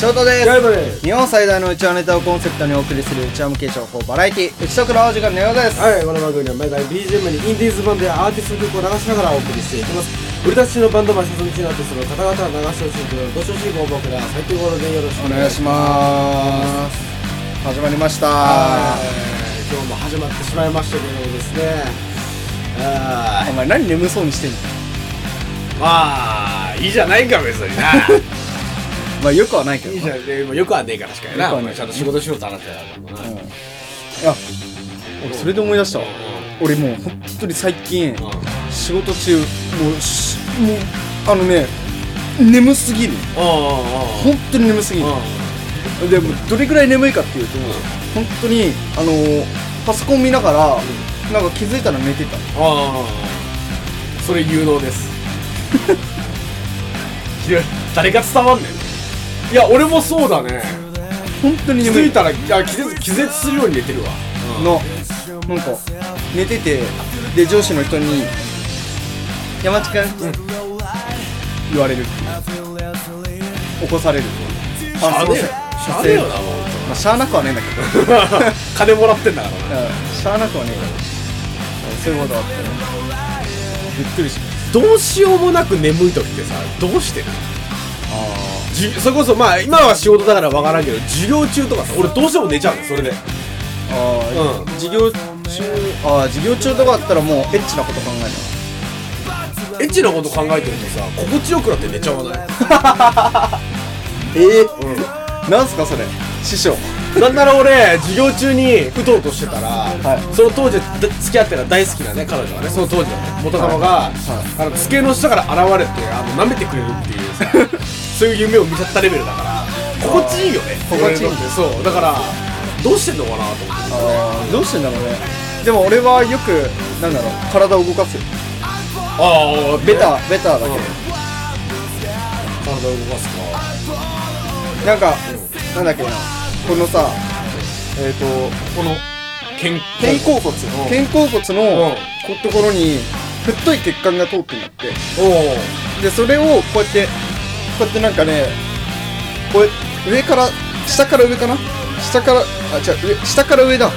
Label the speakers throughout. Speaker 1: 翔太です
Speaker 2: ジャイブです
Speaker 1: 日本最大のうちわネタをコンセプトにお送りするうちわ向け情報バラエティうちとくのお時間のようです
Speaker 2: はい、この番組は毎回 BGM にインディーズバンドやアーティストの曲を流しながらお送りしていきます売り出しのバンドマン所属中のアーティストの方々を流してほしいというご承知ご応募くださいということでよろしく
Speaker 1: お願いします始まりました
Speaker 2: はい今日も始まってしまいましたけどもですねあ
Speaker 1: お前何眠そうにしてんの
Speaker 3: まあいいじゃないか別にな
Speaker 1: まあよくはないけど
Speaker 2: いいじゃんでもよくはねえからしか
Speaker 1: よくは
Speaker 2: な
Speaker 1: ねえ
Speaker 2: ちゃんと仕事しろって話だよな
Speaker 1: うん、いや俺それで思い出したわ俺もう本当に最近仕事中もうしもうあのね眠すぎる本当に眠すぎるでもどれぐらい眠いかっていうと本当にあのーパソコン見ながらなんか気づいたら寝てた
Speaker 2: ああそれ有能です
Speaker 3: いや誰か伝わんねん
Speaker 2: いや俺もそうだね
Speaker 1: 本当に
Speaker 2: 気
Speaker 1: 眠
Speaker 2: づい
Speaker 1: い
Speaker 2: たらいや気絶気絶するように寝てるわ
Speaker 1: のなんか寝ててで上司の人に「山地君、言われるっていう起こされるあそう
Speaker 2: し
Speaker 1: 射
Speaker 2: ゃ
Speaker 1: 精
Speaker 2: べよなもう
Speaker 1: まあ、しゃあなくはねえんだけど、
Speaker 2: 金もらってんだからな
Speaker 1: しゃあなくはねえけどそういうことあってねびっくりし
Speaker 2: どうしようもなく眠い時ってさどうしてるじゅそれこそまあ今は仕事だからわからんけど授業中とかさ俺どうしても寝ちゃうんだよそれで
Speaker 1: たああ、
Speaker 2: うん
Speaker 1: 授業中ああ授業中とかあったらもうエッチなこと考えない
Speaker 2: エッチなこと考えてるとさ心地よくなって寝ちゃわない
Speaker 1: ええなんすかそれ師匠
Speaker 2: なんなら俺授業中にうとうとしてたら、
Speaker 1: はい
Speaker 2: その当時だ付き合ってた大好きなね彼女がねその当時の元カノが、あの机の下から現れてあの舐めてくれるってい うさそういう夢を見ちゃったレベルだから心地いいよね
Speaker 1: 心地いい
Speaker 2: 俺にとってそうだからどうしてんのかなと思って
Speaker 1: ああどうしてんだろうねでも俺はよくなんだろう体を動かすよ
Speaker 2: ああ
Speaker 1: ベタベタだけ、
Speaker 2: 体を動かすか
Speaker 1: なんか、なんだっけなこのさえっ、と
Speaker 2: この肩
Speaker 1: 肩甲骨肩甲骨の
Speaker 2: うん
Speaker 1: こういうところに太い血管が通ってんだって
Speaker 2: おお
Speaker 1: でそれをこうやってこうやってなんかねこう上から下から上かな下からあ違う上下から上だ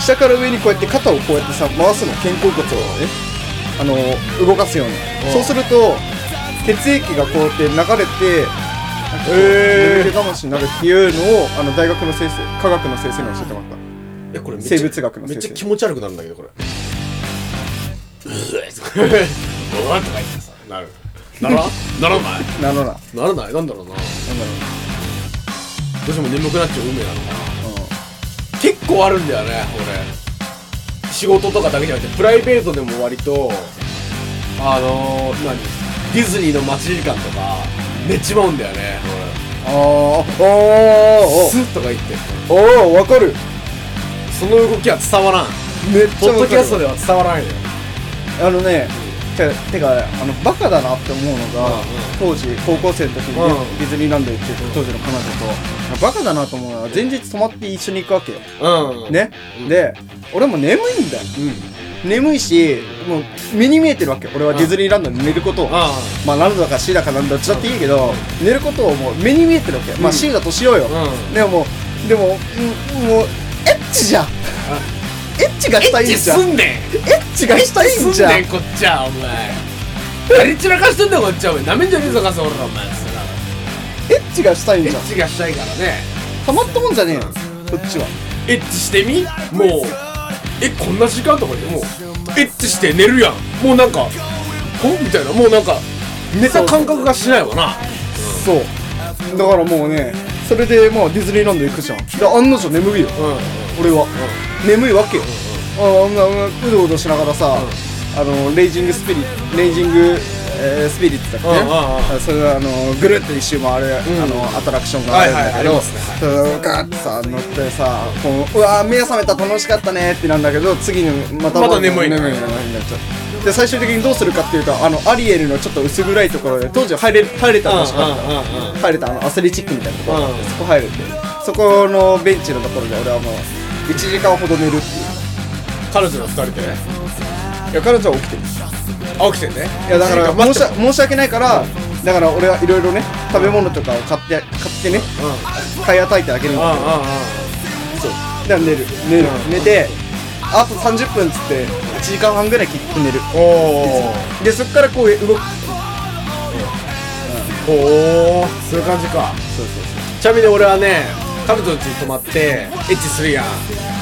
Speaker 1: 下から上にこうやって肩をこうやってさ回すの肩甲骨をねあの動かすように
Speaker 2: うん
Speaker 1: そうすると血液がこうやって流れてなんかこう
Speaker 2: へー
Speaker 1: 眠気我慢しになるっていうのをあの大学の先生科学の先生に教えてもらっ
Speaker 2: えこれめっちゃ
Speaker 1: 生物学の
Speaker 2: めっ
Speaker 1: 先生
Speaker 2: ちゃ気持ち悪くなるんだけどこれうえとか言ってさなるならならない
Speaker 1: たなのな
Speaker 2: ならないなんだろ
Speaker 1: な
Speaker 2: うなどう
Speaker 1: んだろ
Speaker 2: しても眠くなっちゃう運命なのかな
Speaker 1: う、
Speaker 2: 結構あるんだよね俺仕事とかだけじゃなくてプライベートでも割とあのー、何ディズニーの待ち時間とか寝ちまうんだよね
Speaker 1: あー
Speaker 2: 俺
Speaker 1: お
Speaker 2: スッとか言って
Speaker 1: ーおーおーわかる
Speaker 2: その動きは伝わらん
Speaker 1: めっ
Speaker 2: ポ
Speaker 1: ちゃ
Speaker 2: ッ
Speaker 1: わ
Speaker 2: ド
Speaker 1: か
Speaker 2: キ
Speaker 1: る
Speaker 2: ャストでは伝わらんよ
Speaker 1: あのね、ててかあのバカだなって思うのが、
Speaker 2: うんうん
Speaker 1: 当時高校生の時にディ,、
Speaker 2: うん
Speaker 1: ディズニーランド行ってた当時の彼女とバカだなと思うのは前日泊まって一緒に行くわけよ、
Speaker 2: うん
Speaker 1: ね、で俺も眠いんだよ
Speaker 2: うん
Speaker 1: 眠いしもう目に見えてるわけ俺はディズニーランドに寝ることを、
Speaker 2: あ
Speaker 1: まあ何度だか C だかなんだどっちだっていいけど、寝ることをもう目に見えてるわけ、まあ C だとしようよ、
Speaker 2: うん
Speaker 1: でももうでももうもうエッチじゃんエッチがしたいんじゃんエ
Speaker 2: んねん
Speaker 1: ッチがしたいんじゃん
Speaker 2: すんねんこっちはお前やり散らかしてんだよこっちはお前なめんじゃねえぞかそ俺らお前そら
Speaker 1: エッチがしたいん
Speaker 2: エ
Speaker 1: じゃん
Speaker 2: ッチがしたいからね
Speaker 1: たまったもんじゃねえよこっちは
Speaker 2: エッチしてみもうえこんな時間とかでもうエッチして寝るやんもうなんかほみたいなもうなんか寝た感覚がしないわな
Speaker 1: そうだからもうねそれでまあディズニーランド行くじゃんで案の定眠いよ
Speaker 2: うんうん
Speaker 1: 俺は、眠いわけよ、ああんなうんうどうどしながらさ、あのレイジングスピリットレイジング、えースピリッツだっけね
Speaker 2: うんうん
Speaker 1: それはあのぐるっと一周回る、あのアトラクションがあるんだ
Speaker 2: は
Speaker 1: け
Speaker 2: いはいあり
Speaker 1: ど
Speaker 2: ますね
Speaker 1: それをガーッてさ乗ってさこううわー目覚めた楽しかったねってなんだけど次にまた
Speaker 2: また眠い
Speaker 1: 眠いになっちゃうで最終的にどうするかっていうとあのアリエルのちょっと薄暗いところで当時入れ入れたらしかった
Speaker 2: うんうんうん
Speaker 1: 入れたあのアスレチックみたいなところがあって
Speaker 2: うん
Speaker 1: そこ入るんでそこのベンチのところで俺はもう1時間ほど寝るっていう
Speaker 2: 彼女の二人で
Speaker 1: いや彼女は起きてる
Speaker 2: あ起きてんね
Speaker 1: いやだから
Speaker 2: も
Speaker 1: 申
Speaker 2: し
Speaker 1: し申し訳ないからだから俺はいろいろね食べ物とかを買って買ってね買い与えてあげるんだそうだから寝る寝る寝てあと30分っつって1時間半ぐらいきっと寝る
Speaker 2: おお
Speaker 1: でそっからこう動く
Speaker 2: ほーそういう感じか
Speaker 1: そうそうそう
Speaker 2: ちなみに俺はね彼女の家に泊まってエッチするやん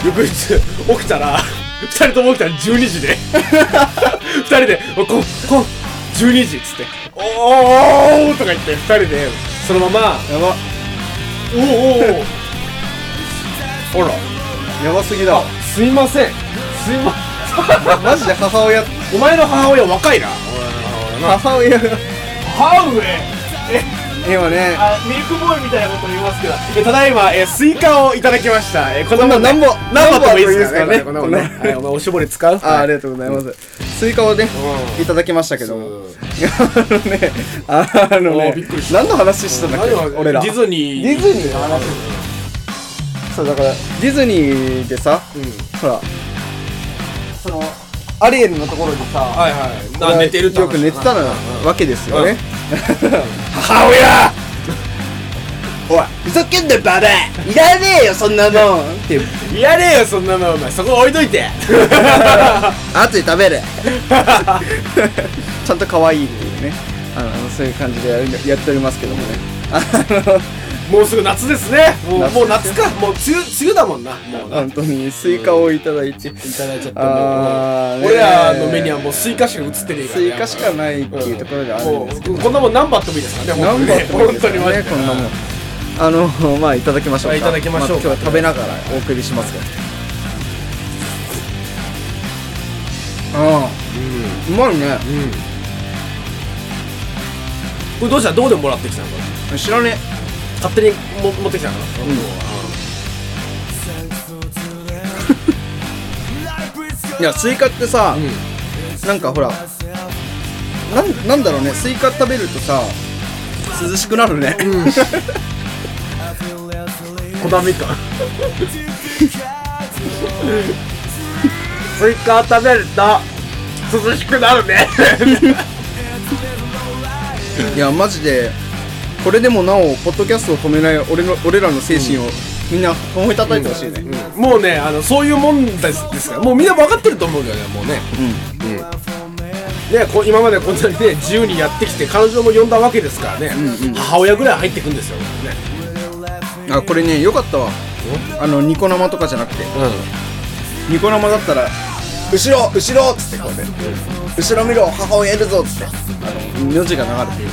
Speaker 2: 翌日起きたら二人とも起きたら12時で二人で「こんこん12時」っつって「おーおーおーとか言って二人でそのまま
Speaker 1: やば
Speaker 2: 「おーおーおーあら
Speaker 1: やばすぎだ わ
Speaker 2: すいませんすいま
Speaker 1: マジで母親
Speaker 2: お前の母親若いな
Speaker 1: 母親が
Speaker 2: 母上え
Speaker 1: 今ね
Speaker 2: あミルクボーイみたいなこと言いますけどえただいまえスイカをいただきましたえこんなもん、ね、
Speaker 1: こんな
Speaker 2: 何
Speaker 1: 何
Speaker 2: 本
Speaker 1: 本
Speaker 2: でもいいですからね
Speaker 1: こんなもんね
Speaker 2: はいお前おしぼり使う
Speaker 1: あ
Speaker 2: は
Speaker 1: あ
Speaker 2: い
Speaker 1: りがとうございます、スイカをね
Speaker 2: うん
Speaker 1: いただきましたけども
Speaker 2: そう
Speaker 1: いやあのねあの
Speaker 2: お
Speaker 1: ね
Speaker 2: ーびっくりした
Speaker 1: 何の話してたんだっけ
Speaker 2: 何を
Speaker 1: 俺ら
Speaker 2: ディズニー
Speaker 1: ディズニーの話そうだからディズニーでさ
Speaker 2: うん
Speaker 1: ほらそのアリエルのところにさ
Speaker 2: はいはいな寝てるって話
Speaker 1: よく寝てたのわけですよね、
Speaker 2: 母親
Speaker 1: おいふざけんなよババアいらねえよそん なもんっていう
Speaker 2: いやねえよそんなのお前そこ置いといて
Speaker 1: 後で食べる ちゃんと可愛いっていうねあのそういう感じでやるやっておりますけどもねあ
Speaker 2: もうすぐ夏ですねもう
Speaker 1: 夏
Speaker 2: もう夏かもう梅雨梅雨だもんなもう
Speaker 1: の本当にスイカをいただいていた
Speaker 2: だいちゃったんだけど
Speaker 1: あーね
Speaker 2: 俺らの目にはもうスイカしか映ってねえから
Speaker 1: ス
Speaker 2: ね
Speaker 1: イカしかないっていうところではあるんですけど
Speaker 2: もうこんなもん何バットもいいですからね
Speaker 1: 何本あってもいい
Speaker 2: 本
Speaker 1: で
Speaker 2: 当
Speaker 1: す
Speaker 2: に
Speaker 1: よ
Speaker 2: マジ
Speaker 1: ね
Speaker 2: で
Speaker 1: こんなもんあのまあいただきましょうか
Speaker 2: はいいただきましょうか
Speaker 1: あ今日は食べながらお送りしますがああうまいね
Speaker 2: うんこれどうしたどこでもらってきたのこれ
Speaker 1: 知らね
Speaker 2: 勝手にも持ってきたのかな、
Speaker 1: えいやスイカってさ、
Speaker 2: う
Speaker 1: なんかほらなんなんだろうねスイカ食べるとさ涼しくなるね、
Speaker 2: ん、こだみかスイカを食べると涼しくなるね
Speaker 1: いやマジでこれでもなおポッドキャストを止めない俺の俺らの精神を、みんな褒めたたいてほしいね、
Speaker 2: もうねあのそういうもんですですからもうみんな分かってると思うんだよねもうねねこう今までこんなにね自由にやってきて彼女も呼んだわけですからね、母親ぐらい入ってくんですよ、ね
Speaker 1: あこれねよかったわあのニコ生とかじゃなくてニコ生だったら「後ろ後ろ!」っつってこうね「後ろ見ろ母親いるぞ」っつってあの名字が流れてる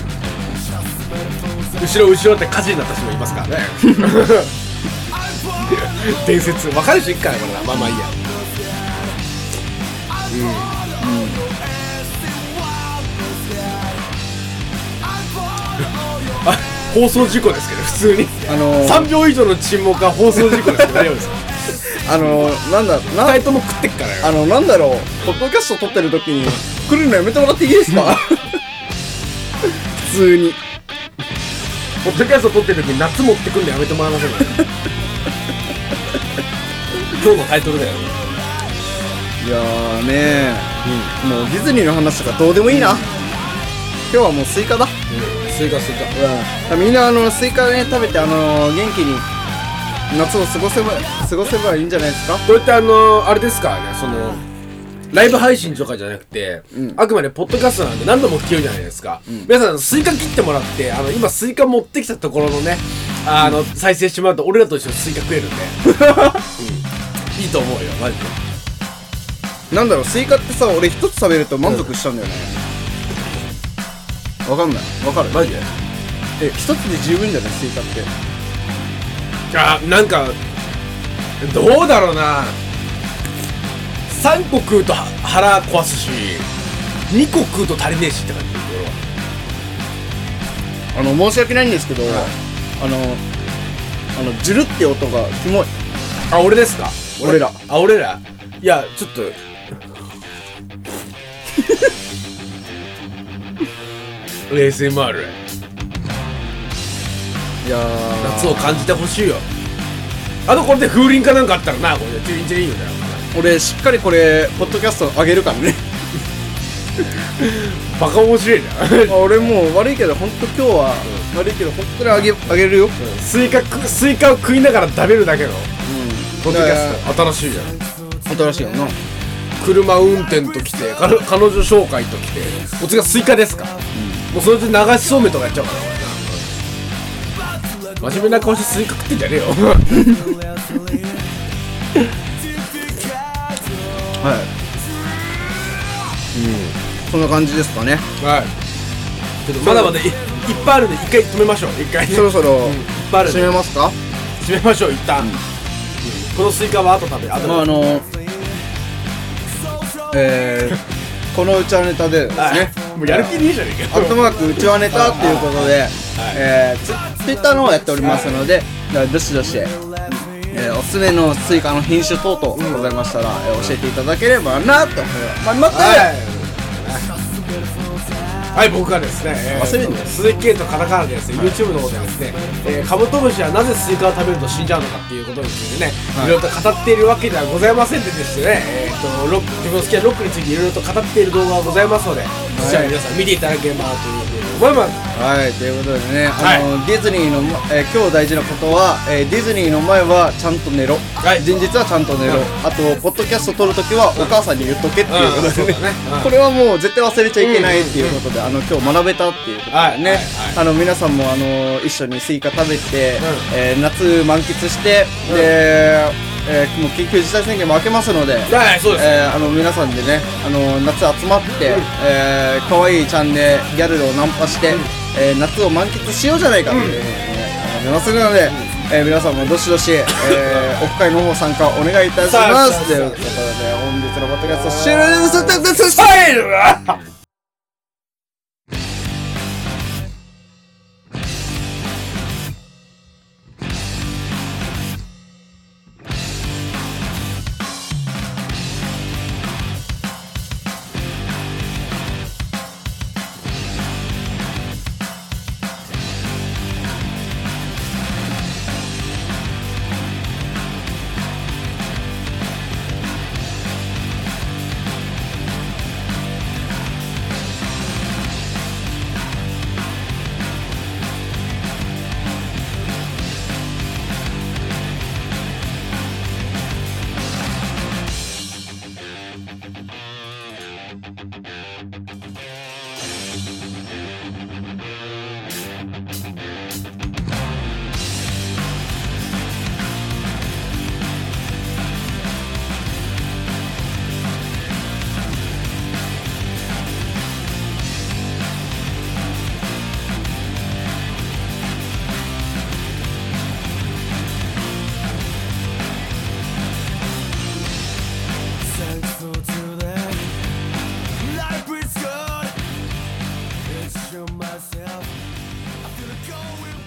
Speaker 2: 後ろ後ろって火事になった人もいますからね伝説分かる人いっからこれなまあまあいいやうん、あ放送事故ですけど普通に
Speaker 1: あのー
Speaker 2: 3秒以上の沈黙は放送事故ですけど大丈夫です
Speaker 1: あのなんだな
Speaker 2: 2人とも食ってっからよ
Speaker 1: あの、なんだろう、ポッドキャスト撮ってる時に、来るのやめてもらっていいですか普通に。
Speaker 2: ポッドキャスト撮ってる時に夏持ってくんでやめてもらえませんか今日のタイトルだよ
Speaker 1: いやーねー、もうディズニーの話とかどうでもいいな。今日はもうスイカだ。
Speaker 2: スイカスイカ
Speaker 1: みんなあの、スイカね、食べて、あの元気に、夏を過ごせば、過ごせばいいんじゃないですか
Speaker 2: これってあのあれですからねそのライブ配信とかじゃなくて、あくまでポッドキャストなんで何度も聞けるじゃないですか、皆さんスイカ切ってもらってあの今スイカ持ってきたところのねあの、再生してもらうと俺らと一緒にスイカ食えるんで、うんいいと思うよマジで
Speaker 1: なんだろう、スイカってさ、俺一つ食べると満足したんだよね。わかんない。わかる
Speaker 2: マジで
Speaker 1: え、一つで十分じゃないスイカって。
Speaker 2: あなんかどうだろうな3個食うとは腹壊すし2個食うと足りねえしって感じ俺は
Speaker 1: あの申し訳ないんですけど、あのあのジュルって音がキモい
Speaker 2: あ、俺ですか
Speaker 1: 俺ら
Speaker 2: あ、俺らいや、ちょっと。ASMR
Speaker 1: いやー
Speaker 2: 夏を感じてほしいよあとこれで風鈴かなんかあったらなこれで中日でいいよね
Speaker 1: 俺しっかりこれポッドキャスト上げるからね
Speaker 3: バカ面白いな。
Speaker 1: 俺もう悪いけど本当今日は、悪いけど本当にあげあげるよ、
Speaker 3: スイカ食、スイカを食いながら食べるだけの。ポッドキャスト。新しいじゃん。
Speaker 1: 新しいよな
Speaker 2: 車運転ときて彼彼女紹介ときてお次がスイカですか、もうそれで流しそうめんとかやっちゃうから俺な真面目な顔してスイカ食ってんじゃねえよ
Speaker 1: はい、うん、そんな感じですかね
Speaker 2: はいちょっとまだまだいいっぱいあるんで一回止めましょう一回
Speaker 1: そろそろ
Speaker 2: いっぱいあるん
Speaker 1: 締
Speaker 2: で
Speaker 1: めますか
Speaker 2: 締めましょう一旦、このスイカは後食べ後食べ
Speaker 1: まああのえ ー、このうちはネタでですね、
Speaker 2: はい、もうやる気ねえじゃねえ
Speaker 1: ア
Speaker 2: か
Speaker 1: ットマークうちはネタっていうことで、えー、ツイッターの方やっておりますので、どしどし、えーおすすめのスイカの品種等々ございましたら、えー教えていただければなと思います。また、
Speaker 2: はい、僕がですね、え
Speaker 1: 忘れん
Speaker 2: ー
Speaker 1: なよ
Speaker 2: 鈴木健とカタカナでですね、YouTube の方でですね、えーカブトムシはなぜスイカを食べると死んじゃうのかっていうことについてね、
Speaker 1: はい
Speaker 2: い、ろいろと語っているわけではございませんでですね、えー、とロック自分の好きなロックについていろいろと語っている動画がございますので、そちら皆さん見ていただければなというふうに思います。
Speaker 1: はい、ということでね、
Speaker 2: はい
Speaker 1: あのディズニーの、えー今日大事なことは、えーディズニーの前はちゃんと寝ろ、
Speaker 2: はい
Speaker 1: 前日はちゃんと寝ろ、あと、ポッドキャスト撮るときはお母さんに言っとけっていうことでね、
Speaker 2: うんそ
Speaker 1: こ
Speaker 2: うだねうん
Speaker 1: れはもう絶対忘れちゃいけないっていうことで、あの今日学べたっていうことでね、
Speaker 2: はいはいはい
Speaker 1: あの皆さんもあの一緒にスイカ食べて、えー夏満喫して、で、えーもう緊急事態宣言も明けますので、
Speaker 2: はい、そうです。
Speaker 1: えーあの皆さんでね、あの夏集まって、えー可愛いちゃんでギャルをナンパして、えー夏を満喫しようじゃないかというね、思いますので、えー皆さんもどしどし、えー オフ会の方参加お願いいたし
Speaker 2: さ
Speaker 1: ま
Speaker 2: あ
Speaker 1: す。ということで、本日のポッドキャスト終了です。
Speaker 4: Thankful to them. Life is good. It's myself. I feel it going.